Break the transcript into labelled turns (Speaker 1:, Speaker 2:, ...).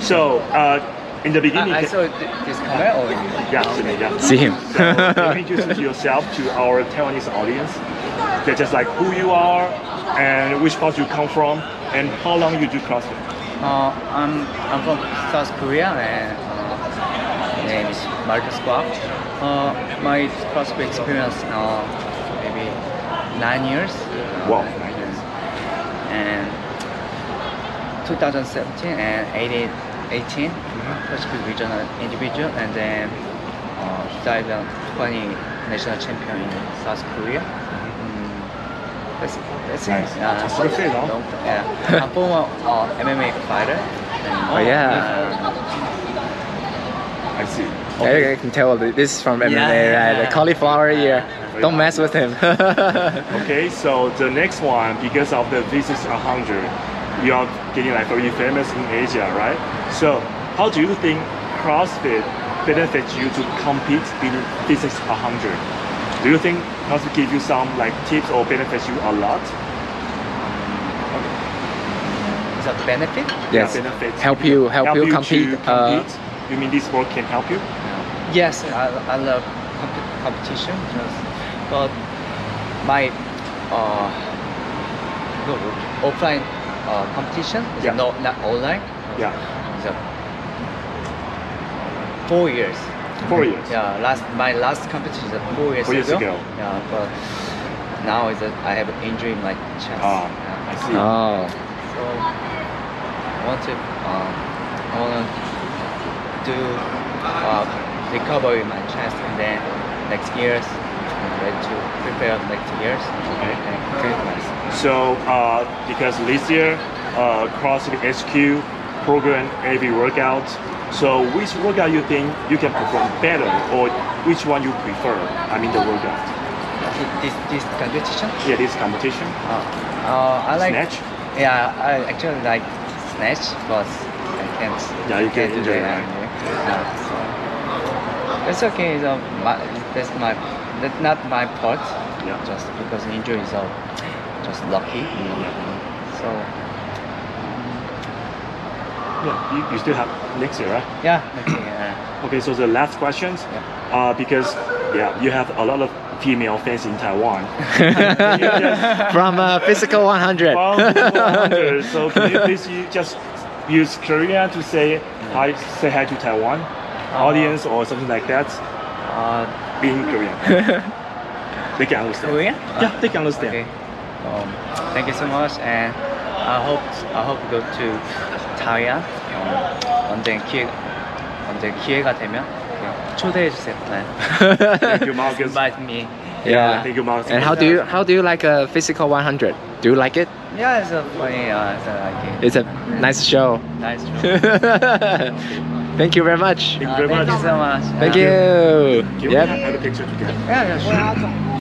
Speaker 1: So uh, in the beginning,
Speaker 2: I, I
Speaker 1: can-
Speaker 2: saw th- this comment or
Speaker 1: yeah, Sydney, yeah.
Speaker 3: See him.
Speaker 1: So you introduce yourself to our Taiwanese audience. They're just like who you are and which part you come from and how long you do CrossFit.
Speaker 2: uh, I'm I'm from South Korea and uh, name is Marcus Kwok. Uh, my CrossFit experience now maybe nine years.
Speaker 1: Wow.
Speaker 2: Nine years. And 2017 and 18, 18 CrossFit regional individual and then uh, dive on 20 national champion in South Korea. Mm, that's, that's it.
Speaker 1: Nice.
Speaker 2: Uh,
Speaker 1: That's good to see, no?
Speaker 2: long time, yeah. I'm former uh, MMA fighter. And,
Speaker 3: Oh, yeah.
Speaker 2: uh,
Speaker 1: I see.
Speaker 3: I can tell that this is from MMA,
Speaker 2: Yeah.
Speaker 3: right? The cauliflower ear. Don't mess with him.
Speaker 1: Okay, so the next one, because of the Visits 100, you are getting like very famous in Asia, right? So how do you think CrossFit benefits you to compete in Visits 100? Do you think CrossFit give you some like tips or benefits you a lot?
Speaker 2: it's a benefit.
Speaker 3: yes.
Speaker 1: Yeah, benefits.
Speaker 3: Help you, help, you
Speaker 1: to
Speaker 3: compete. Uh,
Speaker 1: compete? you mean this sport can help you?
Speaker 2: Yes, I, I love comp- competition, just, but my uh, no, offline uh, competition is
Speaker 1: Yeah.
Speaker 2: not, not online.
Speaker 1: Yeah,
Speaker 2: It's a four years.
Speaker 1: four years.
Speaker 2: Yeah, last my last competition is uh, four years,
Speaker 1: Four years
Speaker 2: ago.
Speaker 1: ago.
Speaker 2: Yeah, but now is that I have an injury in my chest.
Speaker 1: Ah,
Speaker 2: Yeah.
Speaker 1: I see.
Speaker 3: oh,
Speaker 2: So I want to um, I want to do uh, recovery in my chest, and then next years I'm ready to prepare next years.
Speaker 1: Okay.
Speaker 2: Okay.
Speaker 1: So, uh, because this year, uh, CrossFit HQ program every workout. So, which workout you think you can perform better, or which one you prefer? I mean, the workout.
Speaker 2: This this competition.
Speaker 1: Yeah, this competition.
Speaker 2: Uh, uh, I like
Speaker 1: Snatch?
Speaker 2: Yeah, I actually like snatch, but I can't.
Speaker 1: Yeah, you get
Speaker 2: can't do
Speaker 1: injured,
Speaker 2: that.
Speaker 1: right?
Speaker 2: Yeah, so. That's okay. It's uh, my, that's my that's not my part.
Speaker 1: Yeah.
Speaker 2: Just because injury is uh, just lucky. So
Speaker 1: Yeah, you, you still have next year, right?
Speaker 2: yeah, okay. Uh,
Speaker 1: Okay, so the last questions, uh, because yeah, you have a lot of female fans in Taiwan.
Speaker 3: from uh, physical 100.
Speaker 1: From 400, so can you please you just use Korea to say hi, say hi to Taiwan audience or something like that
Speaker 2: uh,
Speaker 1: in Korean. they can understand.
Speaker 2: Korea?
Speaker 1: Yeah, they can understand.
Speaker 2: Okay. Um, thank you so much, and I hope I hope go to Thailand. 어, 언제 기회 언제 기회가 되면 이렇게 초대해 주세요. 네.
Speaker 1: Thank you, Marcus.
Speaker 2: Invite me.
Speaker 3: Yeah.
Speaker 1: Thank you, Marcus.
Speaker 3: And how do you how do you like a physical 100? Do you like it?
Speaker 2: Yeah, it's a funny. Uh, it's a, like,
Speaker 3: It's a nice show.
Speaker 2: nice room.
Speaker 3: Thank you very much.
Speaker 1: Thank you
Speaker 2: Uh,
Speaker 1: very much.
Speaker 2: thank you so much.
Speaker 3: Thank
Speaker 2: Yeah.
Speaker 3: you.
Speaker 1: Can we
Speaker 3: Yep.
Speaker 1: have a picture together?
Speaker 2: Yeah, yeah, sure.